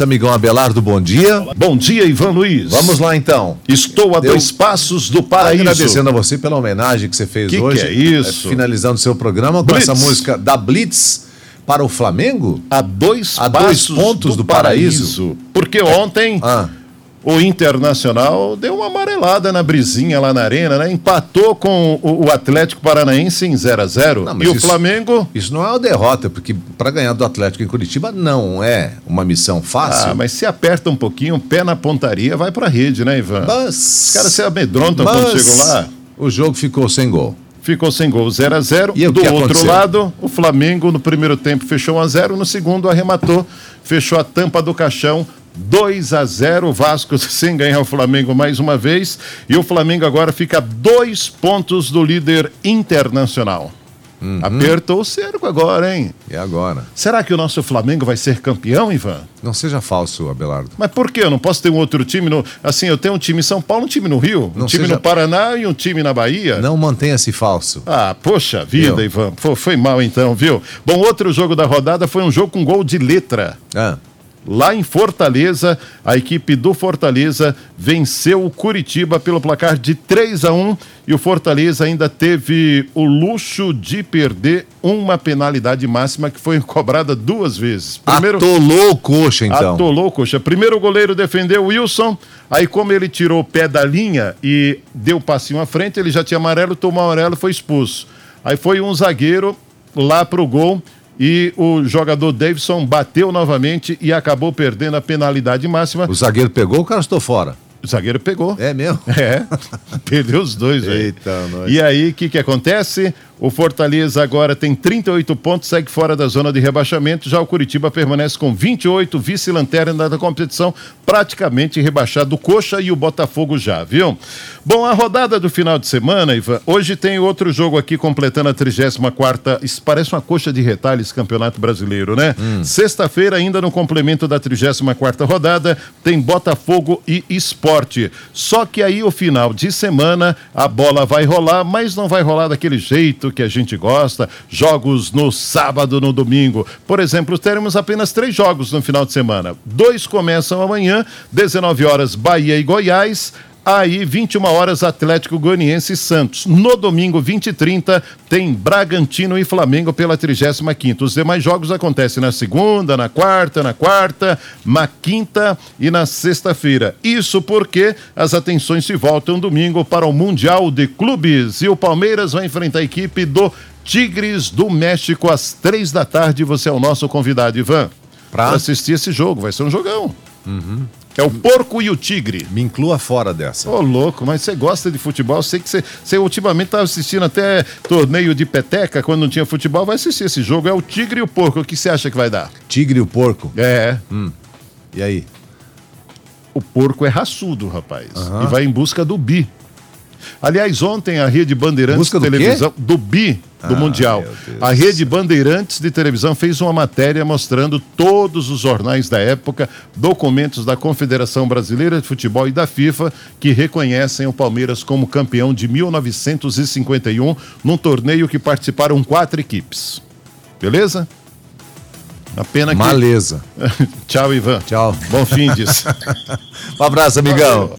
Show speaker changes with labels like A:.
A: Amigão Abelardo, bom dia.
B: Bom dia, Ivan Luiz.
A: Vamos lá então.
B: Estou a
A: Eu-
B: dois passos do paraíso.
A: Agradecendo a você pela homenagem que você fez
B: Ah, Que que
A: hoje.
B: é isso?
A: eh, Finalizando seu programa
B: Blitz.
A: com essa música da Blitz para o Flamengo.
B: A dois
A: A dois
B: passos
A: pontos do paraíso.
B: Porque ontem
A: Ah,
B: o Internacional deu uma amarelada na brisinha lá na arena, né? Empatou com o, o Atlético Paranaense em 0 a 0
A: Não, mas
B: E o
A: isso-
B: Flamengo.
A: isso não é uma derrota, porque para ganhar do Atlético em Curitiba não é uma missão fácil.
B: Ah, mas se aperta um pouquinho, pé na pontaria, vai pra rede, né, Ivan?
A: Mas-
B: Os caras se amedrontam quando
A: mas
B: chegam lá.
A: O jogo ficou sem gol.
B: Ficou sem gol, 0 a 0
A: E o
B: Do
A: que
B: outro
A: aconteceu?
B: lado, o Flamengo no primeiro tempo fechou 1 a 0 no segundo arrematou, fechou a tampa do caixão. 2 a 0 o Vasco sem ganhar o Flamengo mais uma vez. E o Flamengo agora fica a dois pontos do líder internacional.
A: Uhum.
B: Apertou o cerco agora, hein?
A: E agora?
B: Será que o nosso Flamengo vai ser campeão, Ivan?
A: Não seja falso, Abelardo.
B: Mas por que eu não posso ter um outro time? No... Assim, eu tenho um time em São Paulo, um time no Rio,
A: Não
B: um time
A: seja-
B: no Paraná e um time na Bahia.
A: Não mantenha-se falso.
B: Ah, poxa vida,
A: Viu?
B: Ivan. Pô, foi mal então, viu? Bom, outro jogo da rodada foi um jogo com gol de letra.
A: Ah,
B: Lá em Fortaleza, a equipe do Fortaleza venceu o Curitiba pelo placar de 3 a 1 e o Fortaleza ainda teve o luxo de perder uma penalidade máxima que foi cobrada duas vezes.
A: Atolou o coxa, então.
B: Atolou, coxa. Primeiro o goleiro defendeu o Wilson, aí como ele tirou o pé da linha e deu o passinho à frente, ele já tinha amarelo, tomou amarelo, foi expulso. Aí foi um zagueiro lá pro gol e o jogador Davidson bateu novamente e acabou perdendo a penalidade máxima.
A: O zagueiro pegou, o cara estou fora.
B: O zagueiro pegou.
A: É mesmo?
B: É, perdeu os dois aí.
A: Eita, nós.
B: E aí, o que, que acontece? O Fortaleza agora tem 38 pontos, segue fora da zona de rebaixamento. Já o Curitiba permanece com 28, vice-lanterna da competição, praticamente rebaixado o Coxa e o Botafogo já, viu? Bom, a rodada do final de semana, Ivan, hoje tem outro jogo aqui completando a 34 Isso parece uma coxa de retalhos Campeonato Brasileiro, né?
A: Hum.
B: Sexta-feira, ainda no complemento da 34 rodada, tem Botafogo e Esporte. Só que aí, o final de semana, a bola vai rolar, mas não vai rolar daquele jeito que a gente gosta. Jogos no sábado, no domingo. Por exemplo, teremos apenas três jogos no final de semana. Dois começam amanhã, 19 horas, Bahia e Goiás. Aí, 21 horas, Atlético Goianiense e Santos. No domingo, 20 e 30, tem Bragantino e Flamengo pela 35. Os demais jogos acontecem na segunda, na quarta, na quarta, na quinta e na sexta-feira. Isso porque as atenções se voltam domingo para o Mundial de Clubes. E o Palmeiras vai enfrentar a equipe do Tigres do México às três da tarde. Você é o nosso convidado, Ivan,
A: Pra?
B: para assistir esse jogo. Vai ser um jogão. É o Porco e o Tigre.
A: Me inclua fora dessa.
B: Ô, louco, mas você gosta de futebol? Eu sei que você, você ultimamente estava assistindo até torneio de peteca quando não tinha futebol. Vai assistir esse jogo. É o Tigre e o Porco. O que você acha que vai dar?
A: Tigre e o porco.
B: É.
A: E aí?
B: O porco é raçudo, rapaz. E vai em busca do bi. Aliás, ontem a Rede Bandeirantes
A: Busca do
B: de Televisão do bi do
A: Ah,
B: Mundial.
A: meu Deus
B: A
A: do
B: Rede Bandeirantes de Televisão fez uma matéria mostrando todos os jornais da época, documentos da Confederação Brasileira de Futebol e da FIFA que reconhecem o Palmeiras como campeão de 1951 num torneio que participaram quatro equipes. Beleza? A pena que.
A: Maleza.
B: Tchau, Ivan.
A: Tchau.
B: Bom fim disso.
A: Um abraço, amigão.